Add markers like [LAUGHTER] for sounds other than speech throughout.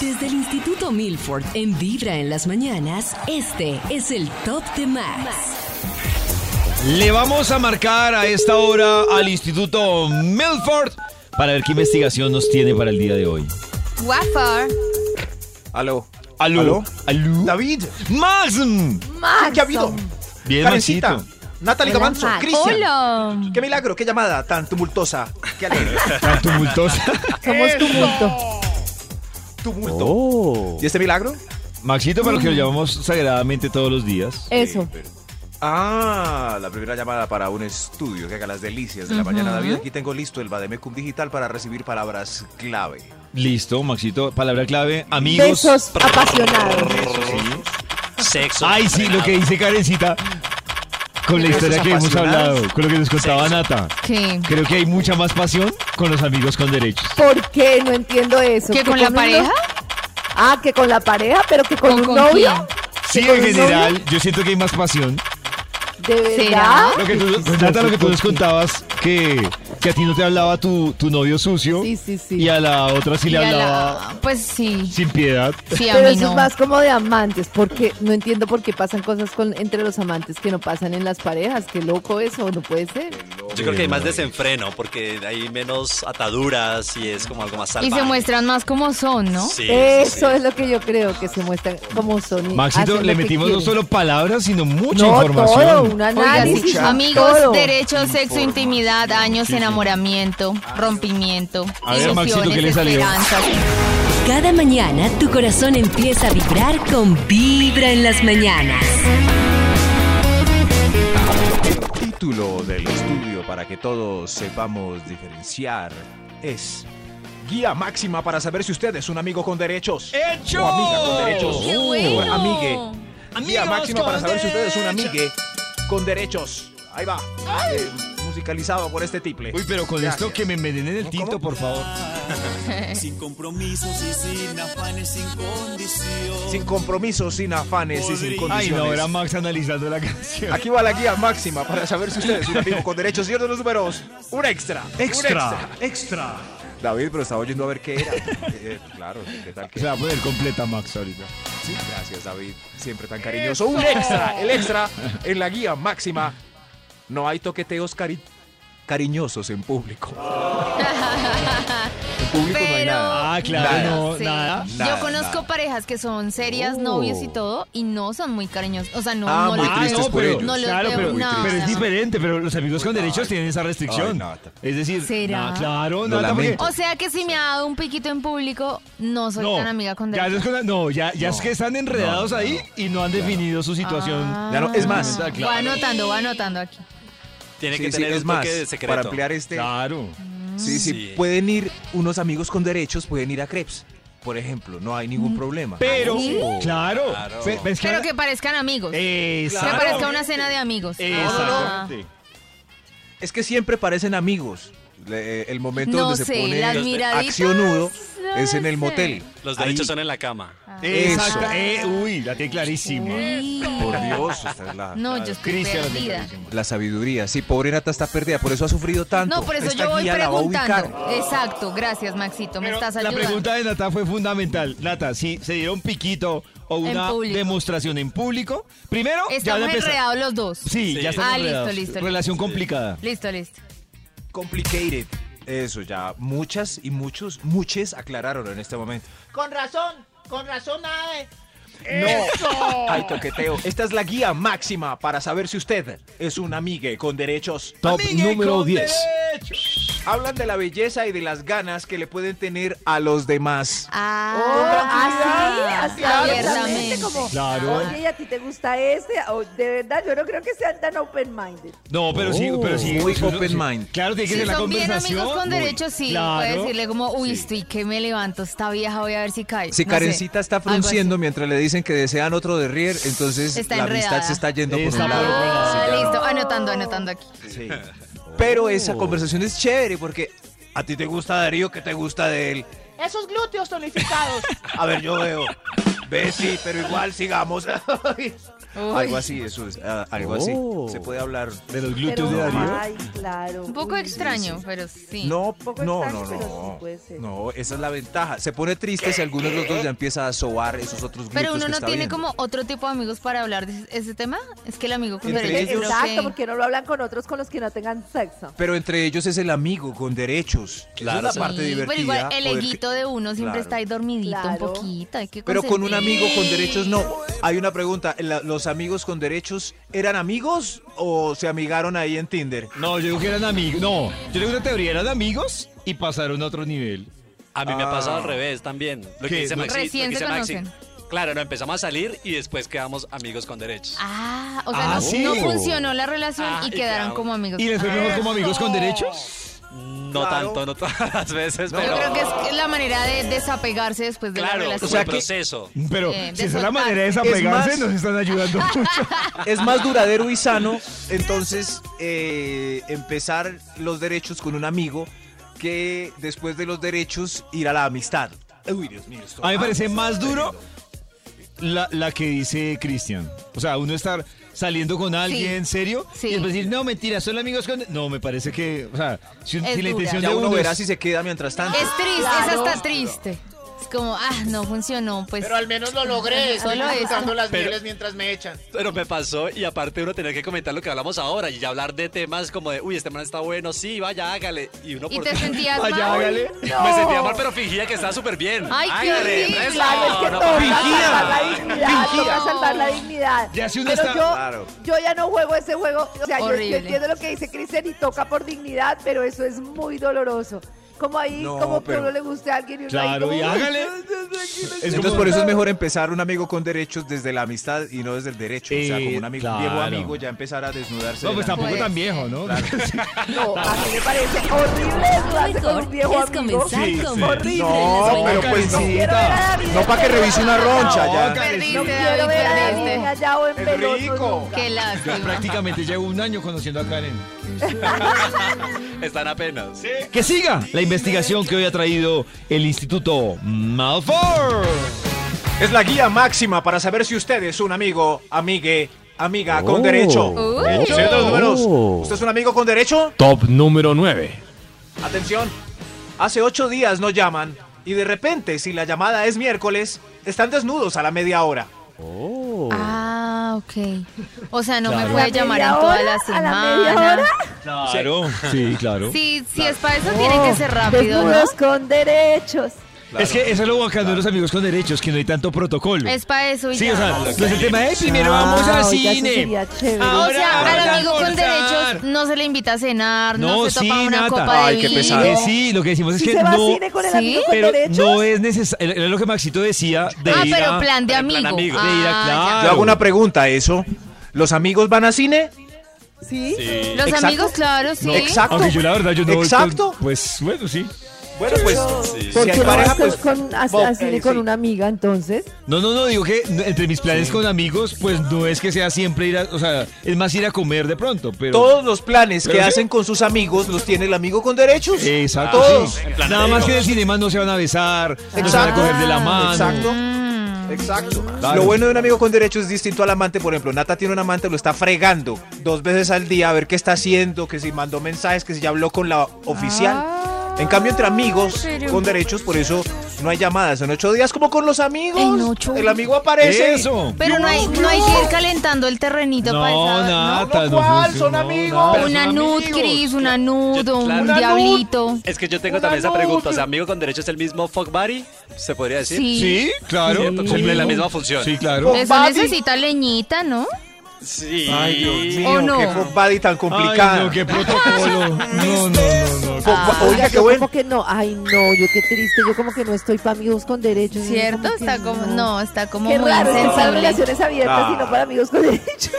Desde el Instituto Milford en Vibra en las mañanas, este es el Top de Max. Le vamos a marcar a esta hora al Instituto Milford para ver qué investigación nos tiene para el día de hoy. Wafer. Aló. Aló. ¿Aló? Aló. David, Max. Max. ¿qué ha habido? Bien, Karencita, Maxito. Natalie Hola, Gamanzo, Max. Cristian. Hola. Qué milagro, qué llamada tan tumultuosa. Qué alegre. Tan tumultuosa. [LAUGHS] Somos tumulto. Tumulto. ¿Y este milagro? [LAUGHS] Maxito, para lo que lo llamamos sagradamente todos los días. Eso. Ah, la primera llamada para un estudio que haga las delicias de la mañana, David. Aquí tengo listo el Bademecum Digital para recibir palabras clave. Listo, Maxito. Palabra clave, amigos. Besos apasionados. Sexo. Ay, sí, lo que dice Karencita. Con la Besos historia que hemos apasionados. hablado, con lo que nos contaba Sexo. Nata. Sí. Creo que hay mucha más pasión con los amigos con derechos. ¿Por qué? No entiendo eso. ¿Que ¿Que con la uno- pareja? Ah, que con la pareja, pero que con ¿O un con novio. Sí, ¿Que con en un general, yo siento que hay más pasión. novio? ¿De ¿Será? verdad? Lo [LAUGHS] que tú, pues, Nata, lo que tú nos contabas, que, que a ti no te hablaba tu, tu novio sucio Sí, sí, sí. y a la otra sí Y le a la- hablaba Pues sí. sin piedad. Sí, a Pero mí eso no. es más como de amantes, porque no entiendo por qué pasan cosas con, entre los amantes que no pasan en las parejas. Qué loco eso, no puede ser. Yo creo que hay más desenfreno porque hay menos ataduras y es como algo más salvaje. Y se muestran más como son, ¿no? Sí, sí, sí. eso es lo que yo creo que se muestran como son. y Maxito, hacen le lo que metimos no quieren. solo palabras, sino mucha no, información. todo, un Oiga, sí. análisis. Amigos, todo. derechos, sexo, intimidad, años, enamoramiento, rompimiento, A ver, Maxito, ¿qué le ilusiones, salió? esperanzas. Cada mañana tu corazón empieza a vibrar con Vibra en las mañanas. Título del estudio para que todos sepamos diferenciar es Guía máxima para saber si usted es un amigo con derechos. ¡Hecho! O amiga con derechos. ¡Qué O bueno! Amigue. Guía Amigos máxima para con saber si usted es un derechos. amigue con derechos. Ahí va. Eh, musicalizado por este tiple. Uy, pero con esto Gracias. que me envenenen el tinto, por favor. Sin compromisos y sin afanes, sin condición. Sin compromisos, sin afanes y sin Ay, no, condiciones. ahora Max analizando la canción. Aquí va la guía máxima para saber si usted es un amigo con derechos. Señor de los números, un extra. un extra. extra. David, pero estaba oyendo a ver qué era. Eh, claro, qué tal que Se va a poner completa Max ahorita. Sí, gracias David, siempre tan cariñoso. Un extra, el extra en la guía máxima. No hay toqueteos cari- cariñosos en público. en público pues no hay Pero- nada. Ah, claro, Nada. no, Sí. nada. Nada, Yo conozco nada. parejas que son serias, novios y todo, y no son muy cariñosos. O sea, no, Ah, no muy les- tristes por ellos. No los claro, veo pero, nada. pero es diferente, pero los amigos con derechos tienen esa restricción. Ay, Nata. es decir, ¿Será? na- claro, Lo Nata, porque- lamento. O sea que si me ha dado un piquito en público, no soy tan amiga con ya no, derechos. es con la- no, ya, ya es que están enredados ahí y no han definido su situación. Ya no, es más, Ah, Va claro. anotando, va anotando aquí. Tiene Sí, que sí, tener es un más, toque de secreto. para ampliar este... Claro. Sí, sí, Sí. pueden ir unos amigos con derechos, pueden ir a Krebs, por ejemplo, no hay Mm. ningún problema. Pero, ¿Sí? claro. pe- es que- Pero que parezcan amigos. Que Exacto. parezca una cena de amigos. Ah. Exactamente. Es que siempre parecen amigos. Le- eh, el momento No donde sé, se pone las miraditas, accionudo no es en el sé. motel. [LAUGHS] Los Ahí- derechos son en la cama. Ah. Ah. Exacto. Eh, uy, la tiene clarísima. Por Dios, esta es la, No, yo estoy Cristian la tiene perdida. clarísima. la sabiduría. Sí, pobre Nata está perdida, por eso ha sufrido tanto. No, por eso Esta yo voy guía la va a ubicar. preguntando. Exacto, gracias Maxito, me Pero estás la ayudando. pregunta de Nata fue fundamental. Nata, si se dieron piquito o En una público. demostración en público, primero ya van Estamos a empezar- enredados los dos. Sí, Sí. ya están Ah, listo, enredados. listo, listo. Relación complicada. Listo, listo. Complicated. Eso ya, muchas y muchos, muchos aclararon en este momento. Con razón, con razón, nada de- No, hay toqueteo. Esta es la guía máxima para saber si usted es un amigue con derechos. Top número 10. Hablan de la belleza y de las ganas que le pueden tener a los demás. Ah, así, así tranquilidad. abiertamente, Ah, Abiertamente. Este como, Claro. oye, ¿y a ti te gusta este? O, de verdad, yo no creo que sean tan open-minded. No, pero sí, pero sí. Muy sí, uno- open Oh, sí. mind. Claro, tiene que Si ser la son bien conversación. amigos con Muy- derecho, sí. Puede Claro. decirle como, uy, Sí. estoy que me levanto, esta vieja, voy a ver si cae. Si No sé, Karencita está algo frunciendo así. mientras le dicen que desean otro de Rier, entonces Está la amistad enredada. se está yendo por Está un lado. Ah, Sí, ya no. listo, anotando, anotando aquí. Sí. Pero Oh. esa conversación es chévere porque a ti te gusta Darío, que te gusta de él. Esos glúteos tonificados. [LAUGHS] A ver, yo veo. Ve, sí, pero igual sigamos. algo así, eso es. ah, algo Oh. así. Se puede hablar. De los Pero, glúteos de Darío. ay, claro. Un poco Uy, extraño, pero sí. No, poco no, extraño, no, pero no. sí puede ser. No, esa es la ventaja. Se pone triste si alguno de los dos ya empieza a sobar esos otros glúteos Pero uno que no está tiene viendo. como otro tipo de amigos para hablar de ese- ese tema. Es que el amigo con Entre Sí, derecho. ellos- creo Exacto, que- porque no lo hablan con otros con los que no tengan sexo. Pero entre ellos es el amigo con derechos. Claro, Esa es sí. la parte Sí, divertida. Pero igual el poder- eguito de uno siempre Claro. está ahí dormidito Claro. un poquito. hay que Pero con un consentir. amigo con derechos no. Hay una pregunta, ¿la- ¿los amigos con derechos eran amigos o se amigaron ahí en Tinder? No, yo digo que eran amigos. No, yo tengo una teoría, eran amigos y pasaron a otro nivel. A mí me Ah. ha pasado al revés también. Lo ¿Qué? que dice Maxi. Recién lo que se dice Maxi. conocen. Claro, no empezamos a salir y después quedamos amigos con derechos. Ah, o sea, Ah, no, sí. no funcionó la relación Ah, y y quedaron quedaron. como amigos. Ah. ¿Y les fue mejor como amigos con derechos? No Claro. tanto, no todas las veces, No. Yo pero. creo que es la manera de desapegarse después de la Claro, relación. o sea, que- proceso. Pero Eh, si esa es la desmontar. manera de Es desapegarse, más- nos están [LAUGHS] ayudando mucho. Es más duradero y sano, entonces, eh, empezar los derechos con un amigo que después de los derechos ir a la amistad. Uy, Dios mío, esto- A mí me parece ah, más duro la, la que dice Cristian. O sea, uno estar saliendo con alguien Sí. en serio Sí. y después decir, no, mentira, son amigos con... No, me parece que, o sea, si, Es si la dura. intención Ya de uno uno verá es- si se queda mientras tanto. Es triste, es Claro. hasta triste. Es como, ah, no funcionó, pues. Pero al menos lo logré. Estoy Solo eso. disfrutando las Pero- mieles mientras me echan. Pero me pasó y aparte uno tenía que comentar lo que hablamos ahora y ya hablar de temas como de, uy, este man está bueno, sí, vaya, hágale. Y uno y por- [LAUGHS] te sentías mal. Vaya, hágale. Me sentía mal, pero fingía que estaba súper bien. Ay, qué Hágale, horrible. resto, Claro, es que no toca pasa nada. salvar la dignidad, toca salvar la dignidad. Ya si uno Pero está- yo, Claro. yo ya no juego ese juego. O sea, yo, yo Horrible. entiendo lo que dice Cristian y toca por dignidad, pero eso es muy doloroso. Como ahí, No, como que pero- uno le guste a alguien y uno ahí Claro, como- y hágale. Es Entonces como- por eso es mejor empezar un amigo con derechos desde la amistad y no desde el derecho. o sea, Eh, como un amigo, un claro. viejo amigo ya empezar a desnudarse. No, delante. pues tampoco Pues, tan viejo, [LAUGHS] ¿no? No, a mí me parece horrible desnudarse con un viejo es amigo. comenzar Sí, con sí. horrible No, en las pero pues no. Quiero ver a David No para que entero. revise una roncha ya. Perdiste, No David, quiero ver a David perdiste. callado en Es pelota rico. nunca. Qué Yo lástima. prácticamente llevo un año conociendo a Karen. Están apenas. Que siga la investigación que hoy ha traído el Instituto Malfour. Es la guía máxima para saber si usted es un amigo, amigue, amiga Oh. con derecho. Uy. Señor de los números, ¿usted es un amigo con derecho? Top número 9. Atención, hace ocho días no llaman y de repente, si la llamada es miércoles, están desnudos a la media hora. Ah, ok. O sea, no Claro. me puede ¿A llamar en media toda hora? la ¿A semana. la media hora? Claro. Sí, claro. Si, si es para eso, tiene que ser rápido, ¿no? Desnudos con derechos. Es que eso es lo bacano de los amigos con derechos, que no hay tanto protocolo. Es para eso y Sí, ya. o sea, no es el tema de primero vamos Ah, al oiga, eso cine. sería chévere. Ah, O Ahora sea, vamos al a amigo con almorzar. derechos no se le invita a cenar, no, se topa una Nata. copa de Ay, qué vino. pesado. Que sí, lo que decimos es Si que se va no. a cine con el ¿Sí? amigo con Pero derechos. no es necesario. Era lo que Maxito decía de Ah, ir pero a- plan de en plan amigo. amigo. Ah, de ir a- ya. claro. Yo hago una pregunta, ¿eso? ¿Los amigos van a cine? ¿Sí? Los Exacto. amigos, claro, sí. No. Exacto. Aunque Ah, yo la verdad yo no voy Exacto. con- pues bueno, sí. Bueno, pues Sí. si hay Porque pareja, vas pues... con, a- a ok, cine con sí. una amiga, entonces. No, no, no, digo que n- entre mis planes con amigos, pues no es que sea siempre ir a, o sea, es más ir a comer de pronto, pero Todos los planes que Pero sí. hacen con sus amigos los tiene el amigo con derechos. Exacto, Todos. sí. En plan Nada de más amigos. que en el cinema no se van a besar, no se van a Exacto. coger de la mano. Exacto. Mm. Exacto. Claro. Lo bueno de un amigo con derechos es distinto al amante. Por ejemplo, Nata tiene un amante, lo está fregando dos veces al día a ver qué está haciendo, que si mandó mensajes, que si ya habló con la oficial. en cambio, entre amigos Ah, pero- con derechos, por eso no hay llamadas. Son ocho días como con los amigos. En ocho El amigo aparece. Eso. Pero no hay, no hay que ir calentando el terrenito No, para esa... Nata, no, ¿cuál? funcionó, Son no, amigos. Nata. Una nud, Cris, una nud, Yo- o un claro. Una nud. diablito. Es que yo tengo también esa pregunta. O sea, amigo con derecho es el mismo fuck buddy, se podría decir. Sí. Sí, claro. Cierto, cumple la misma función. Sí, claro. Eso necesita leñita, ¿no? Sí. Ay, Dios mío, ¿O no? qué Buddy tan complicada. Ay, no, qué protocolo. No, no, no, no. Pop- Ah. Oiga, qué yo bueno. como que no, ay no, yo qué triste, yo como que no estoy para amigos con derechos. yo ¿Cierto? que Está como, no, está como Qué muy raro, es que para insensible. relaciones abiertas Ah. y no para amigos con derechos.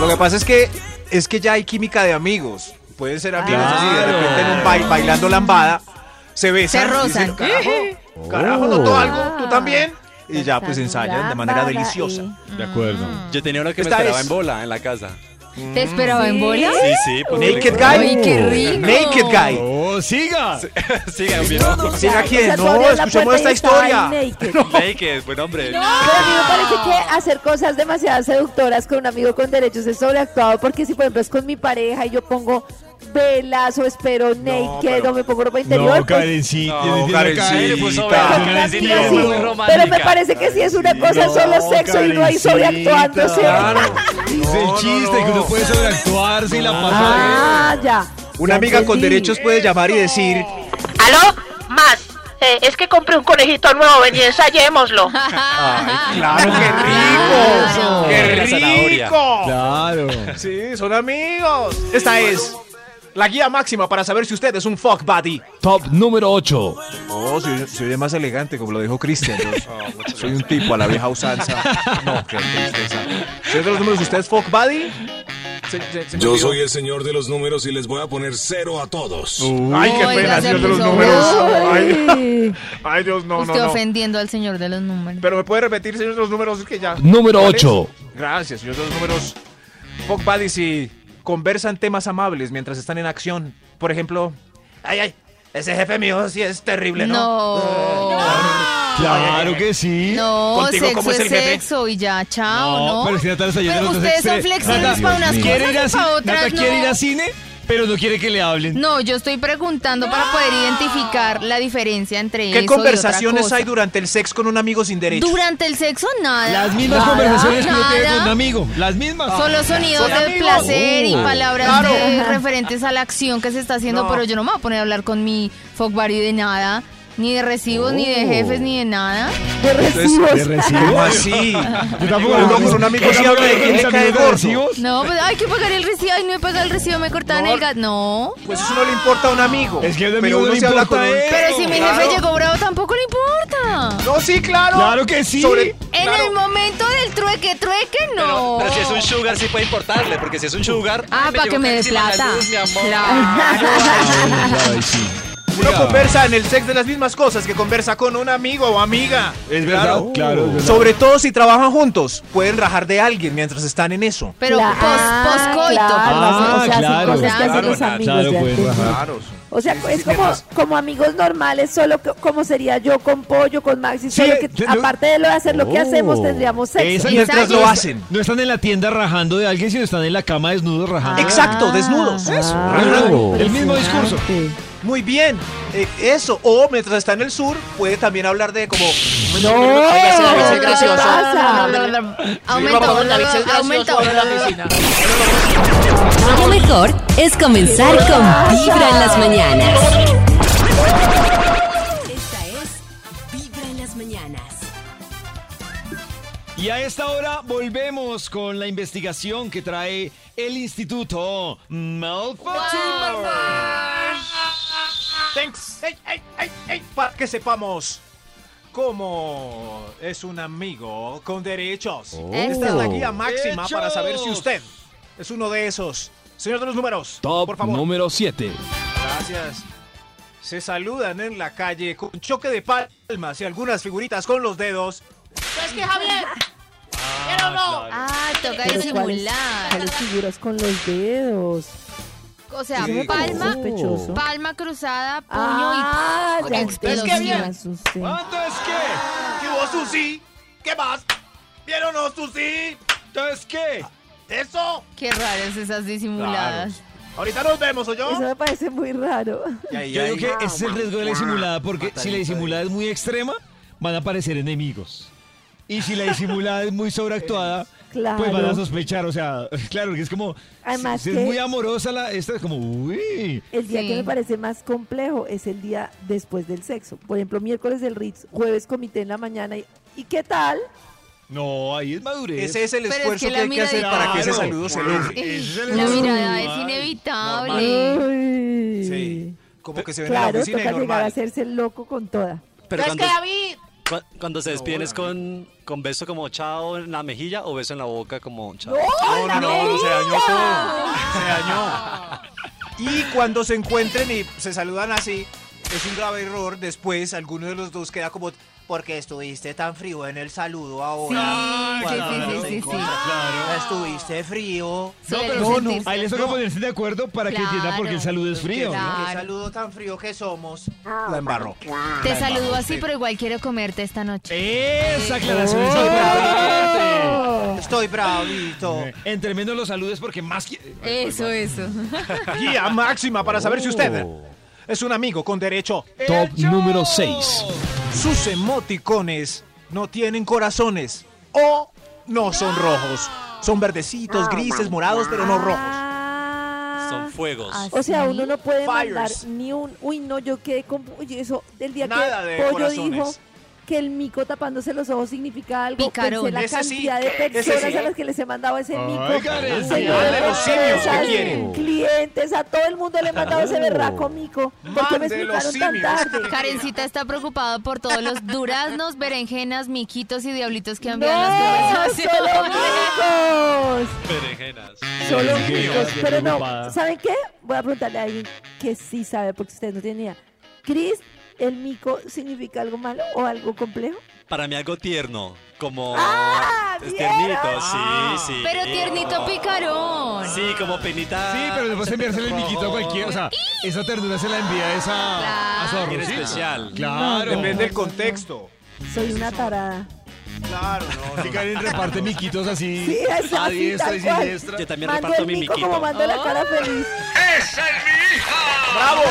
Lo que pasa es que es que ya hay química de amigos. Pueden ser amigos así de Claro. repente en un baile bailando lambada se besan, Se y dicen, rozan. Oh. carajo, carajo, notó algo, tú también y ya pues ensayan de manera Lámbara deliciosa. y- De acuerdo. Yo tenía uno que me Esta esperaba es- en bola en la casa. ¿Te esperaba en bola? Sí, sí. pues, por [LAUGHS] Naked supuesto. guy. Ay, qué rico. Naked guy. ¡Oh, siga! Siga, mi amor. Siga O sea, quién, tú no, abrías la escuchemos esta puerta y estaba ahí historia. naked. Naked, buen hombre. Pero a mí me parece que hacer cosas demasiado seductoras con un amigo con derechos es sobreactuado porque si por ejemplo es con mi pareja y yo pongo velas o espero naked pero- o me pongo ropa interior, No, pues, Karencita. No, entiendo, Karen, Karencita. le puso pero velas, yo con una no amiga entiendo. sí. muy romántica. pero me parece que si es una cosa No, solo sexo y uno ahí Karencita. sobreactuándose. Es No, el no, chiste que uno no. puede sobreactuarse y la pasa. Ah, ya. Una Ya amiga con entendí. derechos puede llamar y decir, ¿Aló? Más. Eh, es que compré un conejito nuevo, ven y ensayémoslo. [LAUGHS] ay, claro, Claro. qué La rico, qué zanahoria. rico. Claro. Sí, son amigos. Esta es la guía máxima para saber si usted es un fuck buddy. Top número 8. No, soy, soy más elegante, como lo dijo Cristian. [LAUGHS] Yo soy un tipo a la vieja [LAUGHS] usanza. No, qué tristeza. ¿Soy de los números de ustedes, Fuck Buddy? Se- se- se me Yo olvidó. soy el señor de los números y les voy a poner cero a todos. Ay, qué Oiga, pena, se señor de los puso números. bravo. Ay, [LAUGHS] ay, Dios, no, no, Usted no. ofendiendo al señor de los números. Pero me puede repetir, señor de los números, es que ya. Número ¿Cuál es? 8. Gracias, señor de los números. Fuck Buddy, si conversan temas amables mientras están en acción. Por ejemplo, ay, ay, ese jefe mío sí es terrible, ¿no? No. Claro que sí. No, Contigo, sexo ¿cómo es es el jefe? sexo y ya, chao, ¿no? pero si Nata le está ayudando, Pero entonces, ustedes son espere. flexibles Nata, para unas quiere ir a cosas y cine- para otras Nata quiere ir no. a cine, pero no quiere que le hablen. No, yo estoy preguntando para poder identificar la diferencia entre eso ¿Qué y otra conversaciones cosa. hay durante el sexo con un amigo sin derecho? Durante el sexo, nada. Las mismas Nada, conversaciones que uno tiene nada. con Uh, un amigo. Las mismas. Solo sonidos de placer y palabras de- referentes a la acción que se está haciendo, pero yo no me voy a poner a hablar con mi fuck buddy de nada, ni de recibos, ni Oh. de jefes, ni de nada. De recibos. De recibo. ¿Cómo así? Yo tampoco Uno con un amigo sí habla de quién le cae gordo. No, pues hay que pagar el recibo, ay, no he pagado el recibo, me cortaron el gas. No. Pues eso no le importa a un amigo. Es que el Pero amigo uno no se habla importa con a un- él. Pero si mi Claro. jefe llegó bravo, tampoco le importa. No, sí, claro. Claro que sí. Sobre- En claro. el momento del trueque, trueque, no. Pero, pero si es un sugar sí puede importarle, porque si es un sugar... Ah, ay, para llegó que me dé carísima la plata. luz, mi [LAUGHS] amor. Claro. Ay, sí. Uno conversa en el sexo de las mismas cosas que conversa con un amigo o amiga. Es verdad. Claro, es verdad. Sobre todo si trabajan juntos, pueden rajar de alguien mientras están en eso. Pero Cla- ah, pos, poscoito. claro, Ah, o sea, sí, claro. cosas que hacen los Claro, amigos. claro, ya pues, entendí. ajá. O sea, Sí, sí, es sí, como, mientras- como amigos normales, solo co- como sería yo con Pollo, con Maxi, Sí, eh, solo que yo- yo- aparte de lo de hacer lo que Oh. hacemos, tendríamos sexo. Esa- este Mientras Exacto. lo hacen. No están en la tienda rajando de alguien, sino están en la cama desnudos rajando. Exacto, desnudos. Ah. Eso. Claro, el mismo discurso. Muy bien. eh, eso. O mientras está en el sur, puede también hablar de como. No, Ese ¿qué gracioso. pasa? Aumento, Vamos, David, si es gracioso, aumento. ahora en la piscina. Lo mejor es comenzar con Vibra en las mañanas. Esta es Vibra en las mañanas. Y a esta hora volvemos con la investigación que trae el Instituto Malfoy. Thanks. Ey, ey, ey, ey, para que sepamos cómo es un amigo con derechos. Esta es la guía máxima Derechos. para saber si usted es uno de esos. Señor de los números, por favor. número 7. Gracias. Se saludan en la calle con choque de palmas y algunas figuritas con los dedos. Es que Javier. Pero no. Ah, toca Pero disimular. ¿Cuáles figuras con los dedos? O sea, Sí, palma, Sospechoso. palma cruzada, puño Ah, y... ya Ok, entendí. los que niños. bien. ¿Cuánto es que? ¿Qué hubo, Susi? ¿Qué más? ¿Vieron, no, Susi? ¿Entonces qué? ¡Eso! Qué raras esas disimuladas. Ahorita nos vemos, ¿o yo? Eso me parece muy raro. Ah, Yo digo que ese es el riesgo de la disimulada, porque si la disimulada es muy extrema, van a aparecer enemigos. Y si la disimulada es [LAUGHS] muy sobreactuada, Claro. pues van a sospechar. O sea, [LAUGHS] claro, que es como. Además si, si que- es muy amorosa, la, esta es como, uy. El día Sí. que me parece más complejo es el día después del sexo. Por ejemplo, miércoles del Ritz, jueves comité en la mañana. ¿Y, ¿y qué tal? No, ahí es madurez. Ese es el Pero es esfuerzo que que, la hay que hacer miradita- para que ese Claro. saludo se logre. La mirada es inevitable. Uy. Sí. Como que se ven en la Claro, oficina y toca llegar a normal. hacerse el loco con toda. Pero es que cuando, David, cua- cuando se despiden es con, con beso como chao en la mejilla o beso en la boca como chao. No, no, no, no, se dañó todo. Se dañó. Y cuando se encuentren y se saludan así, es un grave error. Después, alguno de los dos queda como, porque estuviste tan frío en el saludo ahora. Sí, Cuando sí, sí, nos sí, sí. encontramos, Estuviste frío. No, Suele pero no, no. sentirse- Ahí les toca ponerse de acuerdo para que entiendan por qué el Claro. saludo es frío. ¿no? Claro. Qué saludo tan frío que somos. La embarró. Te saludo así, pero igual quiero comerte esta noche. Esa aclaración es Oh. importante. Estoy bravito. Entre menos los saludes porque más... que- Eso, eso. Guía máxima para saber si usted es un amigo con derecho. Top número 6. Sus emoticones no tienen corazones o no son rojos. Son verdecitos, grises, morados, pero no rojos. Son fuegos. O sea, uno no puede mandar Fires. ni un. Uy, no, yo quedé con. Uy, eso, del día Nada que de Pollo corazones. dijo que el mico tapándose los ojos significaba algo. Picarón. Pensé la Ese sí, cantidad de ese personas sí. a las que les he mandado ese mico. Karen, Señores, mándenlo simios que a quieren. clientes, a todo el mundo le he mandado ese berraco mico. ¿Por qué me Mándenlo explicaron tan simios. tarde? Karencita está preocupada por todos los duraznos, berenjenas, miquitos y diablitos que han No, enviado a las solo conversaciones. micos. Berenjenas. Solo Sí, micos, qué pero preocupada. no. ¿Saben qué? Voy a preguntarle a alguien que sí sabe, porque ustedes no tienen idea. Cris, ¿el mico significa algo malo o algo complejo? Para mí algo tierno, como ¡Ah, es vieron! tiernito, sí, sí. Pero tiernito picarón. Sí, como penita. Sí, pero después de enviársele el miquito a cualquiera. O sea, esa ternura se la envía esa, a su Alguien arrocito. especial. Claro. Depende del contexto. Soy una tarada. Claro, no. Si Karen reparte miquitos así. Sí, es a así, diestra tal y cual. siniestra. Yo también Mando reparto el mi mico miquito. como mando la Ah, cara feliz. ¡Bravo!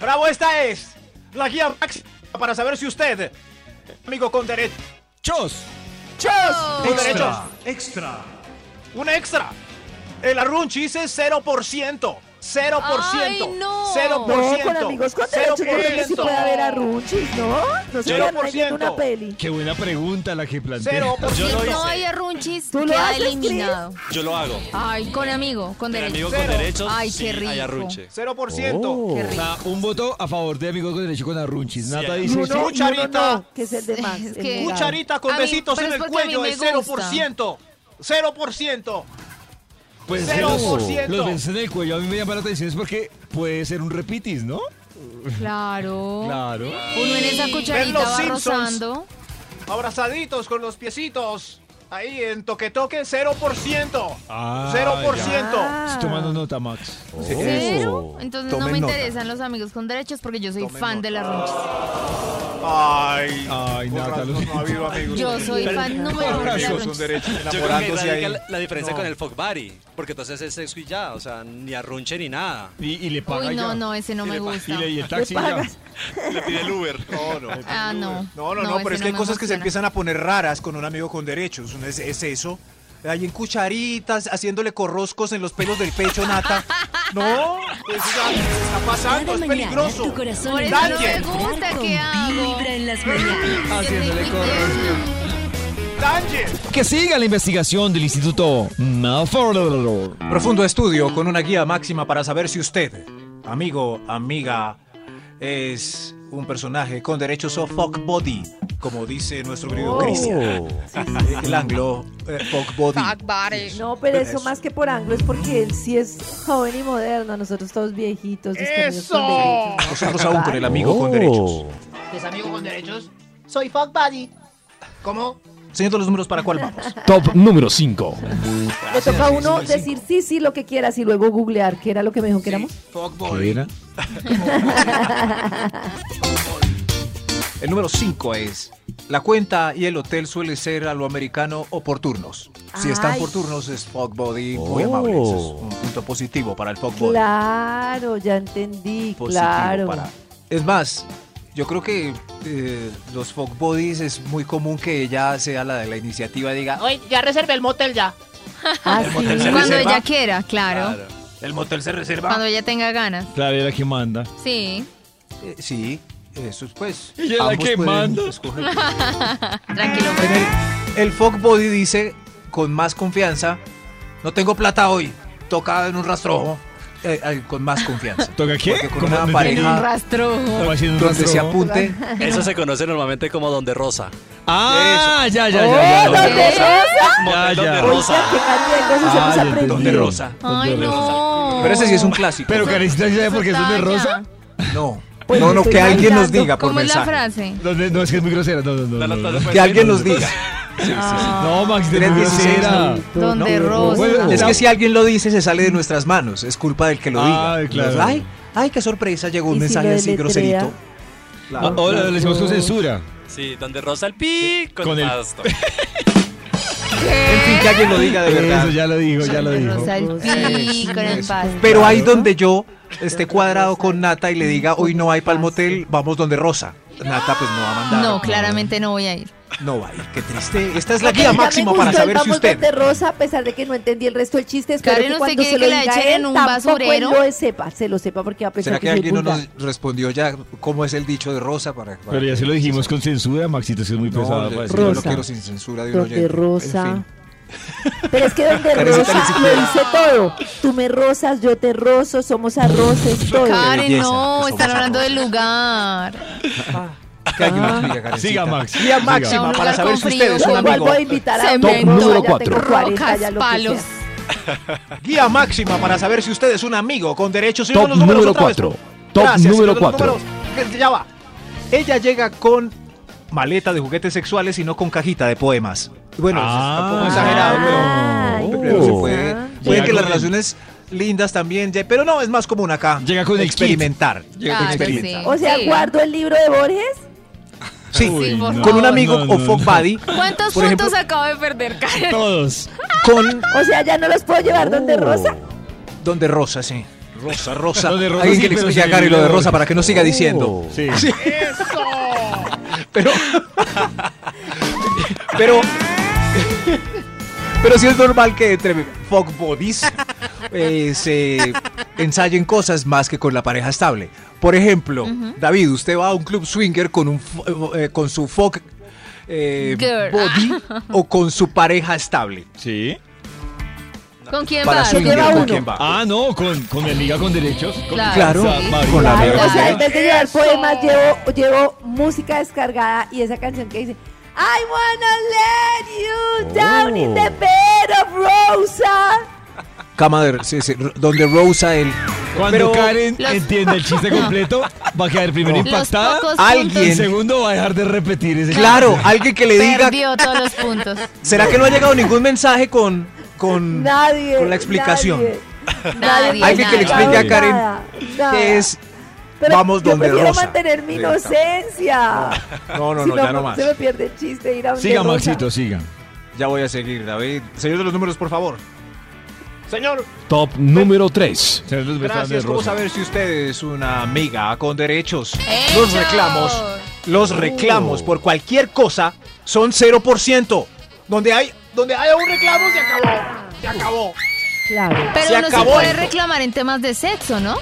¡Bravo! Esta es la guía máxima para saber si usted, amigo con derechos, ¡Chos! con Extra. derechos, un extra. El arrunchis es 0%. 0%. Ay, no. 0%. No, con amigos con derechos, yo creo que sí 0%. puede haber a Runchis, ¿no? No se Cero vean por viendo ciento. una peli. Qué buena pregunta la que plantea. Cero por Si ciento. no hay arrunchis, ¿Tú lo queda haces, Cris? eliminado. Yo lo hago. Ay, con amigo, con Pero derecho. amigo con derechos. Ay, sí, qué rico. Hay arruche. 0%. Oh. O sea, un voto a favor de amigos con derecho con arrunchis. Nata ahí. dice... No, no, Cucharita. no, no, que es el de Max. Es que- el legal. Cucharita con A mí- besitos pero en es el porque a mí cuello me es 0%. 0%. Pues Cero los- por ciento. Los besos en el cuello a mí me llama la atención es porque puede ser un repitis, ¿no? Oh. Claro. Claro. Uno en esa Ven cucharita los va Simpsons. rozando. Abrazaditos con los piecitos. Ahí en toque toque 0%. Ah, 0%. Estoy tomando nota, Max. Cero. Entonces no Tomen me nota. interesan los amigos con derechos porque yo soy Tomen fan nota. de las ronchis. Ay, Ay, con Nata, razón lo- no ha habido amigos. Yo soy fan número uno de las Corazón, amigos con ronchis. derechos Yo creo que enamorándose radica ahí. la, la diferencia No. con el fuck buddy, porque entonces es sexo y ya, o sea, ni arrunche ni nada. Y, y le paga Uy, no, ya. no, ese no Y me le pa- gusta. Y, le, y el Le taxi ya. pagas. Le pide el Uber. No, [LAUGHS] no. Ah, no. No, no, no, pero ese es que hay me cosas que se emociona. empiezan a poner raras con un amigo con derechos. Uno Es, es eso. Ahí en cucharitas, haciéndole corroscos en los pelos del pecho, Nata. No, pues ya, está pasando, Cada es mañana peligroso. tu corazón Por eso empieza a no me vibrar gusta, con ¿qué hago? vibra en las mañanas. Haciéndole corrupción. Danger. Que siga la investigación del Instituto Malfour. Profundo estudio con una guía máxima para saber si usted, amigo, amiga, es un personaje con derechos o fuck body, como dice nuestro querido Cristian. El anglo eh, fuck body. Ah, No, pero eso Eso. más que por anglo es porque él sí es joven y moderno, nosotros todos viejitos. ¡Eso! Nosotros Nosotros aún con el amigo con derechos. ¿es amigo con derechos? Soy fuck buddy. ¿Cómo? Señor, los números para cuál vamos. Top número 5. Le toca a uno decir sí, sí, lo que quieras y luego googlear, que era lo que me dijo que éramos. Fuck body. El número 5 es la cuenta y el hotel suele ser a lo americano o por turnos. Si están Ay. por turnos es fuck body, muy amable. Ese es un punto positivo para el fuck body. Claro, ya entendí, positivo claro. para- Es más, yo creo que eh, los folk bodies es muy común que ella sea la de la iniciativa y diga, Oye, ya reservé el motel ya. Ah, El sí. motel se Cuando reserva. ella quiera, claro. Claro. el motel se reserva. Cuando ella tenga ganas. Claro, era la que manda. Sí, Eh, sí, eso es pues. Ella es la ambos que pueden [LAUGHS] manda. escoger. tranquilo. En el, pues. el fuckbody dice con más confianza, no tengo plata hoy, toca en un rastrojo. eh, eh, con más [LAUGHS] confianza. ¿Toca qué? Porque con ¿Cómo? una No pareja entendí. rastrojo. Como haciendo un donde se rastrojo. apunte. Eso se conoce normalmente como Donde Rosa. Ah, ya, ya, ya. ¡Oh, ya, ya, donde ya. Rosa! Ya, Motel ya. Donde Oiga, Rosa. qué cantidad de cosas Ah, hemos ya aprendido. Donde Dios. Rosa. Ay, no. Pero ese sí es un clásico. Pero Karencita, ¿sí ¿sabe Eso por qué es de talla. rosa? No. Pues no, no, estoy que alguien nos bailando. diga por ¿Cómo es la mensaje. frase? No, no, no, es que es muy grosera. No, no, no. No, no, no, no, no. no, no. Que alguien nos diga. No, Max, es muy 316, grosera. Ah, Donde pues Bueno, rosa. Es que si alguien lo dice, se sale de nuestras manos. Es culpa del que lo diga. Ay, claro. Entonces, ay, ay, qué sorpresa. Llegó ¿Y un si mensaje lo así deletrea? groserito. Ah, Ahora le decimos con censura. Sí, Donde Rosa el pi con, Con el- [LAUGHS] pasto. En fin, que alguien lo diga de verdad. Eso ya lo dijo, ya lo dijo. Rosa el pi con el pasto. Pero ahí donde yo esté cuadrado con Nata y le diga, hoy no hay pa'l motel, vamos donde Rosa. Nata pues no va a mandar. No, claramente no voy a ir. No va a ir, qué triste. Esta es la Ya guía me máxima para gustó el saber si vamos usted... donde Rosa, a pesar de que no entendí el resto del chiste, espero Karen, que ¿usted cuando quiere se lo que la diga echen él, en un tampoco él basurero? lo sepa, se lo sepa porque va a pensar ¿Será que, que soy alguien no vulgar. nos respondió ya cómo es el dicho de Rosa? para, para Pero ya se lo que- dijimos con censura, Maxito, es que es muy No, pesado. pues. yo- para yo lo Rosa. quiero sin censura de un Donde oyente. Rosa. En fin. Pero es que donde Karencita Rosa ni lo siquiera- dice todo. Tú me rozas, yo te rozo, somos arroces, todo. Karen, belleza, que no, somos están hablando amorosas. del lugar. Que alguien nos diga, Karencita. Siga, Max. Guía A un máxima para lugar saber si con usted es frío. un Yo igual amigo. voy a invitar a Cemento. todo el mundo, Número ya tengo cuatro. 40, Rocas, ya lo que palos. sea. Guía máxima para saber si usted es un amigo con derechos y Top no los números número otra vez. cuatro. Top Gracias, número los cuatro. números. Ya va. Ella llega con maleta de juguetes sexuales y no con cajita de poemas. Bueno, eso es Ah. tampoco exagerado, Ay, pero, Oh. pero se puede. Puede Llega que las con- relaciones lindas también, ya- pero no, es más común acá. Llega con el kit. experimentar. Claro, experimentar. sí. O sea, Sí. guardo el libro de Borges. Sí, Uy, por con un favor. amigo No, no, o no. fuck buddy, ¿Cuántos Por ejemplo- puntos acabo de perder, Karen? Todos. con O sea, ya no los puedo llevar donde Rosa. donde Rosa, sí. Rosa, Rosa. Lo de Rosa Alguien sí, que le pero explique a sí, Cari lo de Leo. Rosa para que no siga diciendo. Oh. Sí. Pero. pero. Pero sí es normal que entre fuck bodies eh, se ensayen cosas más que con la pareja estable. Por ejemplo, David, usted va a un club swinger con, un, fo- eh, con su fuck eh, Girl. body o con su pareja estable. Sí. ¿Con quién Para vas? swinger, lleva ¿con uno. quién va? Ah, no, con, con mi amiga con derechos. Con- Claro, sí. Max. con la Ay, amiga o con sea, derechos. en vez de llevar poemas, llevo, llevo música descargada y esa canción que dice I wanna let you down in the bed of Rosa. Cama de, sí, sí, donde Rosa el Cuando Pero- Karen Los- entienda el chiste completo, va a quedar primero No. Los impactada. pocos Alguien- Y puntos. segundo, va a dejar de repetir ese [LAUGHS] Claro, alguien que le diga. Perdió todos los puntos. ¿Será que no ha llegado ningún mensaje con con Nadie. con la explicación? nadie. [LAUGHS] Nadie, Alguien que le nadie. explique a Nada, Karen nada. que es Pero vamos yo donde prefiero Rosa. mantener mi inocencia. No, no, Si no, ya no más. Se me pierde el chiste ir a donde Siga, Rosa. Maxito, siga. Ya voy a seguir, David. Señor de los números, por favor. Señor, Top número 3. Se los besan de gracias. ¿Cómo rosa. saber si usted es una amiga con derechos? ¡Hechos! [LAUGHS] Los reclamos, los reclamos por cualquier cosa son 0%. Donde hay donde haya un reclamo se acabó. Se acabó. Claro. Pero Se uno se acabó puede esto. reclamar en temas de sexo, ¿no?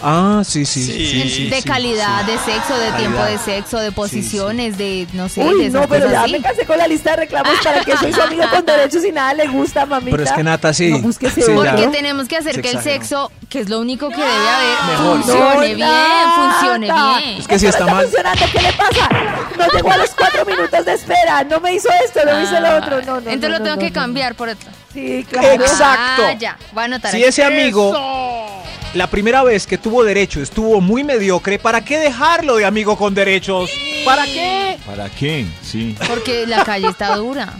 Ah, sí, sí, Sí. sí, de calidad, de sexo, de tiempo de sexo, de posiciones, de no sé, de Uy, esas no, pero cosas ya así. me casé con la lista de reclamos para que soy su amigo [LAUGHS] con derechos y nada le gusta, mamita. Pero es que Nata sí. No búsquese Sí, Porque claro. tenemos que hacer Se que el exageró. sexo, que es lo único que debe haber, Mejor. funcione bien, Nata. funcione bien. Es que si Esto está no mal- funcionando, ¿qué le pasa? No llegó a los cuatro minutos de espera. No me hizo esto, no me hizo lo otro. No, no, Ah, Entonces no, lo tengo no, que no. cambiar por otro. Sí, claro. Exacto. Ah, ya, voy a anotar. Si aquí. ese amigo la primera vez que tuvo derecho estuvo muy mediocre, ¿para qué dejarlo de amigo con derechos? ¿Para qué? ¿Para qué? Sí. Porque la calle está dura.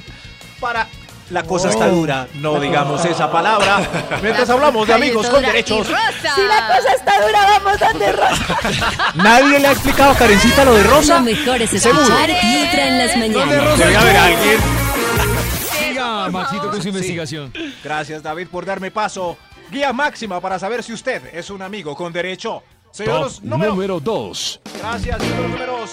Para la cosa está dura, no digamos esa palabra. Mientras La hablamos de calle amigos está con dura derechos, y rosa. Si la cosa está dura, vamos donde Rosa. nadie le ha explicado a Karencita lo de Lo Rosa. mejor es escuchar Vibra en las mañanas. Debería haber alguien. Siga, Maxito, con su investigación. Gracias David por darme paso. Guía máxima para saber si usted es un amigo con derecho. Señor, Top los números. número 2. Gracias, señor números.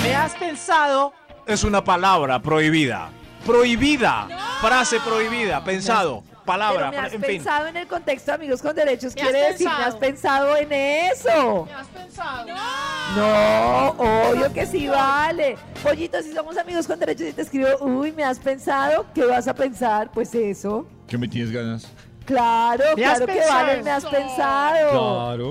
¿Me has pensado? Es una palabra prohibida. Prohibida. Frase prohibida. Pensado. palabra, Pero me has en fin. pensado en el contexto de amigos con derechos, Me has quiere decir, me has pensado en eso. ¿Has pensado? No, obvio que sí vale. Pollito, si somos amigos con derechos y te escribo, uy, me has pensado, ¿qué vas a pensar? Pues eso. Que me tienes ganas. Claro, ¿Me has claro que pensado? vale, me has pensado.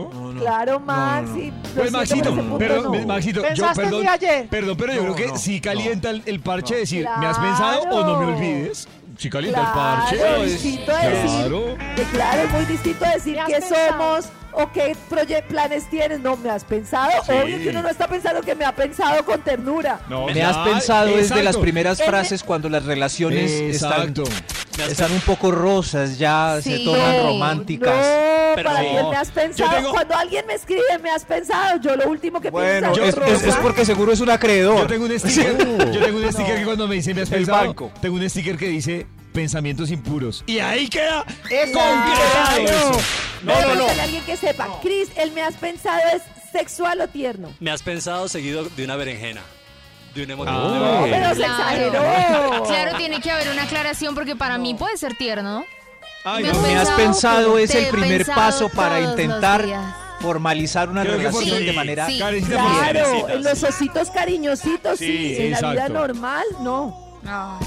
Claro. Claro, Maxi. lo Pues Maxito, siento, pero ese punto pero, Pues, no. Maxito, yo Pensaste en perdón, mí ayer. perdón, pero yo No, creo que no, si calienta el, el parche decir, ¿me has Claro. pensado o no me olvides? Si calienta el Claro, parche, es- distinto a decir, claro. que claro, es muy distinto a decir ¿Me has qué pensado? somos o qué proye- planes tienes. No, me has pensado. Obvio que uno no está pensando que me ha pensado con ternura. No, Me has ah, pensado desde las exacto. primeras Él me- frases cuando las relaciones están, Exacto. están un poco rosas, ya se Sí. toman No, románticas. No, Pero para no. quién me has pensado. tengo- Cuando alguien me escribe, me has pensado. Yo lo último que Bueno, pienso es, es- es rosa. porque seguro es un Yo acreedor. tengo un sticker, yo tengo un sticker que cuando me dice, ¿me has El pensado? banco. Tengo un sticker que dice, pensamientos impuros. Y ahí queda Claro. concretado eso. Pero pregúntale a alguien que sepa. Cris, el me has pensado es sexual o tierno. Me has pensado seguido de una berenjena. De un emotivo. Ah. Pero se Claro. exageró. Claro, tiene que haber una aclaración porque para mí puede ser tierno. Ay, Me no. Me has pensado es te he el primer pensado paso para todos los intentar días. formalizar una Creo que por- relación sí, de manera sí. Karencita, por favor. Claro, Mujercitas. en los ositos cariñositos, sí. Sí, en la vida exacto. normal, no. Ay.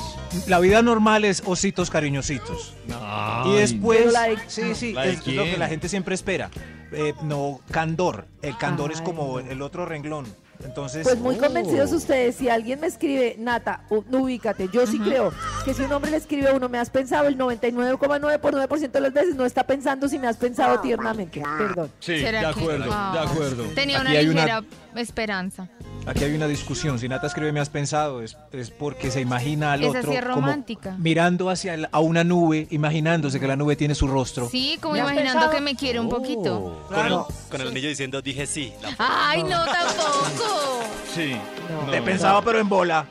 La vida normal es ositos cariñositos. Ay, y después. Pero la de- sí, sí, ¿La de es lo que quién? la gente siempre espera. Eh, no, candor. El candor es Ay, como el otro renglón. Entonces. Pues muy Oh. convencidos ustedes. Si alguien me escribe, Nata, u- ubícate. Yo sí creo que si un hombre le escribe a uno, me has pensado, el 99,9 por 9% de las veces no está pensando si me has Oh, pensado tiernamente. Perdón. Sí, ¿Será de que- acuerdo, Ah. de acuerdo. Tenía Aquí una hay una- ligera esperanza. Aquí hay una discusión. Si Nata escribe, me has pensado, es, es porque se imagina al Esa sí otro. es como romántica. mirando hacia el- a una nube, imaginándose que la nube tiene su rostro. Sí, como ¿Me has imaginando pensado? que me quiere Oh. un poquito. Con, el, con el anillo diciendo, dije sí. La Ay, [LAUGHS] no, tampoco. Sí. no, Te pensaba, pero en bola.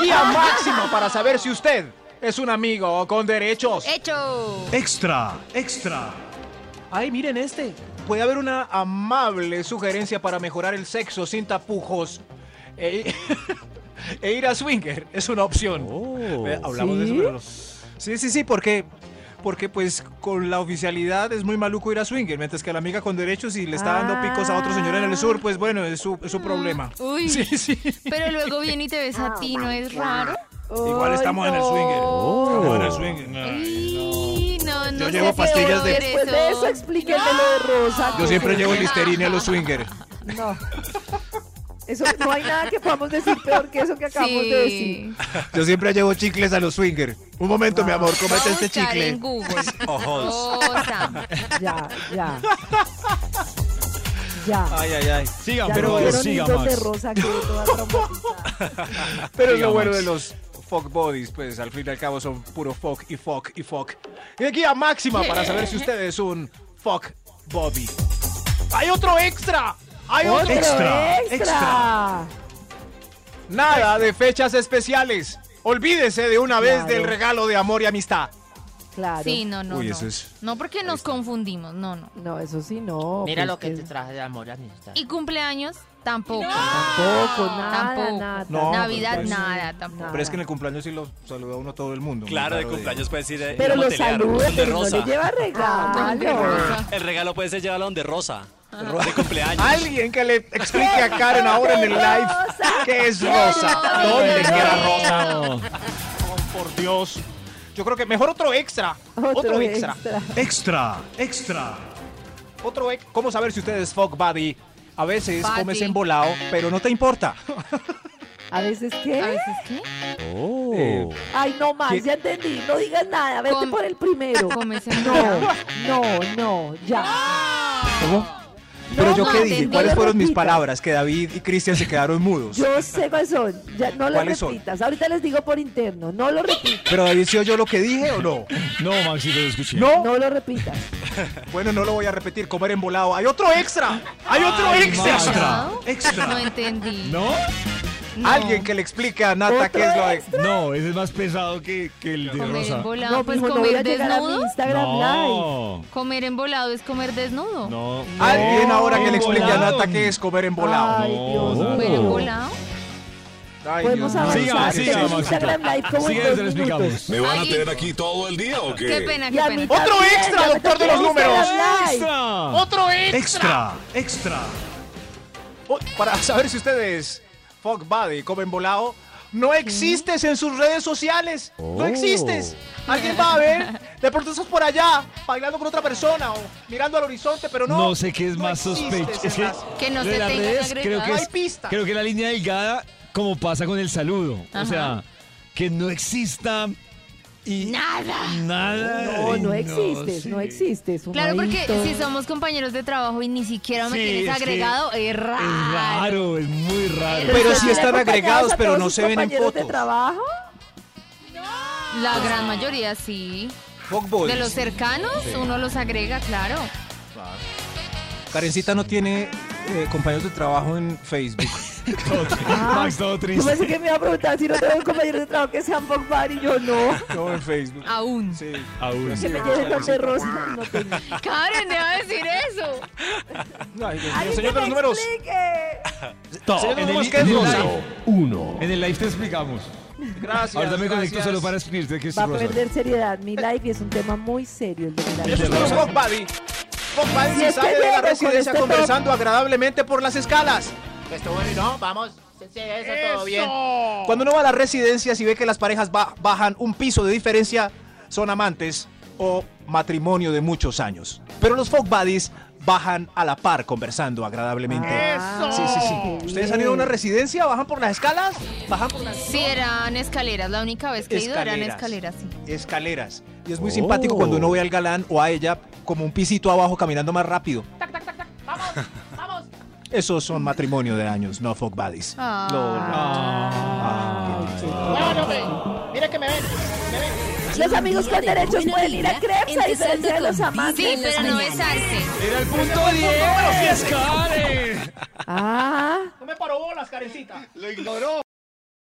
Guía máxima para saber si usted es un amigo con derechos. Hecho. Extra, extra. Ay, miren este. Puede haber una amable sugerencia para mejorar el sexo sin tapujos. E, [LAUGHS] e ir a swinger es una opción. Oh. Eh, Hablamos de eso, pero no. Sí, sí, sí, porque, porque pues con la oficialidad es muy maluco ir a swinger, mientras que a la amiga con derechos y le está dando picos a otro señor en el sur, pues bueno, es su, es su problema. Uy. Sí, sí. Pero luego viene y te ves a ti, ¿no es raro? Igual estamos en el swinger. Estamos en el swinger. Ay, no, no Yo sé llevo si pastillas puedo de- ver Después de eso, explíquenme lo de Rosa. Yo siempre que- llevo listerina a los swingers. No. Eso no hay nada que podamos decir peor que eso que acabamos de Sí. decir. Yo siempre llevo chicles a los swingers. Un momento, mi amor, Voy a comete este buscar chicle. [LAUGHS] en Google. Ojos. Cosa. Ya, ya. Ya. Ay, ay, ay. Siga, Ya pero no vieron siga, hilos de Max. rosa que [LAUGHS] toda traumatizada. Pero es Diga, lo bueno Max. de los fuck bodies, pues al fin y al cabo son puro fuck y fuck y fuck. Y aquí a máxima para saber si usted es un fuck body. ¡Hay otro extra! ¡Hay otro! Otro Extra, extra. Nada de fechas especiales. Olvídese de una vez Claro. del regalo de amor y amistad. Claro. Sí, no, no. Uy, no. eso es- No, porque nos confundimos. No, no. No, eso sí, no. Mira pues, lo que es- te traje de amor, amistad. Y cumpleaños, tampoco. Tampoco, nada, Tampoco. nada. No, Navidad, pero pues- nada, tampoco. Pero es que en el cumpleaños sí lo saluda uno todo el mundo. Claro, de Muy cumpleaños puedes ir eh, Pero ir a lo motelear, saluda, donde pero no le rosa. lleva Ah, regalo. El regalo puede ser llevarlo donde rosa. Ah. De cumpleaños. Alguien que le explique a Karen ahora en el live qué es rosa. ¿Dónde queda rosa? Por Dios. Yo creo que mejor otro extra. Otro, extra. Extra, extra. Otro ex- ¿Cómo saber si usted es fuck buddy? A veces Buddy. comes embolado, pero no te importa. A veces, ¿qué? ¿A veces qué? Eh, Ay, no más, ¿Qué? ya entendí. No digas nada, vete Com- por el primero. Comes No, embolado. no, no, ya. pero No, yo no, qué te dije, entiendo. ¿cuáles fueron mis Repita. palabras? Que David y Cristian se quedaron mudos. Yo sé cuáles son. Ya no lo ¿Cuáles son? repitas. Ahorita les digo por interno. No lo repitas. Pero David, ¿sí oyó lo que dije o no? No, Maxi, lo escuché. No. No lo repitas. Bueno, no lo voy a repetir, comer embolado. ¡Hay otro extra! ¡Hay otro extra! Extra, ¿No? No extra. entendí. ¿No? No. Alguien que le explique a Nata qué ¿Otro es lo de... extra? No, ese es más pesado que, que el de Comer Rosa. embolado, No, pues mijo, no voy a comer llegar a mi desnudo. Instagram Live. no. Comer embolado es comer desnudo. No. Oh, Alguien ahora que le Embolado. explique a Nata qué es comer embolado. Ay, Dios No, mío. Comer embolado. Ay, Dios Podemos mío. avanzar. Siga, Tengo siga, Maxito. Instagram Live Siga, como en dos se lo minutos. explicamos. ¿Me van a Ay. tener aquí todo el día o qué? Qué pena, Y qué a pena. mí también, extra, ya me doctor de toca los Instagram números. Live. Otro Extra, extra. Oh, para saber si ustedes, Fuck Buddy, comen volado, no existes en sus redes sociales. Oh. No existes. Alguien va a ver. De pronto estás por allá, bailando con otra persona o mirando al horizonte, pero no. No sé qué es más existes sospechoso. en Es que, [LAUGHS] las- Que lo no de te las tengan redes creo agregado. que No es, hay pista. Creo que la línea delgada, como pasa con el saludo. Ajá. O sea, que no exista y Nada. nada. Oh, No, y no existes, no existes. Claro, porque humadito. si somos compañeros de trabajo y ni siquiera me Sí, es tienes que- agregado, es Es raro. raro, es muy raro. [LAUGHS] Pero sí ¿Le están acompañabas agregados, a pero todos no sus se ven en compañeros de fotos. trabajo? La gran mayoría sí. Fuck Buddies. De los cercanos, Sí. uno los agrega, claro. Karencita no tiene eh, compañeros de trabajo en Facebook. Ah, Max, todo Yo triste. pensé que me iba a preguntar si no tengo compañeros de trabajo que sean Bob Bar y yo no. [LAUGHS] No en Facebook. Aún. Sí. Aún. Que me lleven los de rosa. No tengo. [LAUGHS] Karen, deja de decir eso. Ay, Dios mío, ¡Alguien señor que de los me números. explique! Top. Señor de En los números, el, ¿qué es en el rosa? live. Uno. En el live te explicamos. Gracias. Ahorita me conecto gracias. solo para escribirte que es Va a rosa. perder seriedad. Mi live y es un tema muy serio el de mi live. Eso es todo, Fuck Buddy. Fuck Buddy Si se es que sale de llego la con residencia este top. conversando agradablemente por las escalas. Esto bueno, y ¿no? Vamos. Sí, sí, eso, todo bien. Cuando uno va a las residencias y ve que las parejas ba- bajan un piso de diferencia, son amantes o matrimonio de muchos años. Pero los folk buddies bajan a la par conversando agradablemente. ¡Eso! Sí, sí, sí. ¿Ustedes han ido a una residencia? ¿Bajan por las escalas? Bajan por las Sí, eran escaleras. La única vez que he ido eran Escaleras. escaleras, sí. escaleras. Y es muy Oh. simpático cuando uno ve al galán o a ella como un pisito abajo caminando más rápido. Esos son matrimonio de años, no folk buddies. Ah. Lol. Bueno, hombre. Mira que me ven. Me ven. Los amigos con derechos pueden ir a Krebs a diferencia de los amantes. Sí, pero no besarse. Era el punto 10. Ah, No me paró bolas, carecita. Lo ignoró.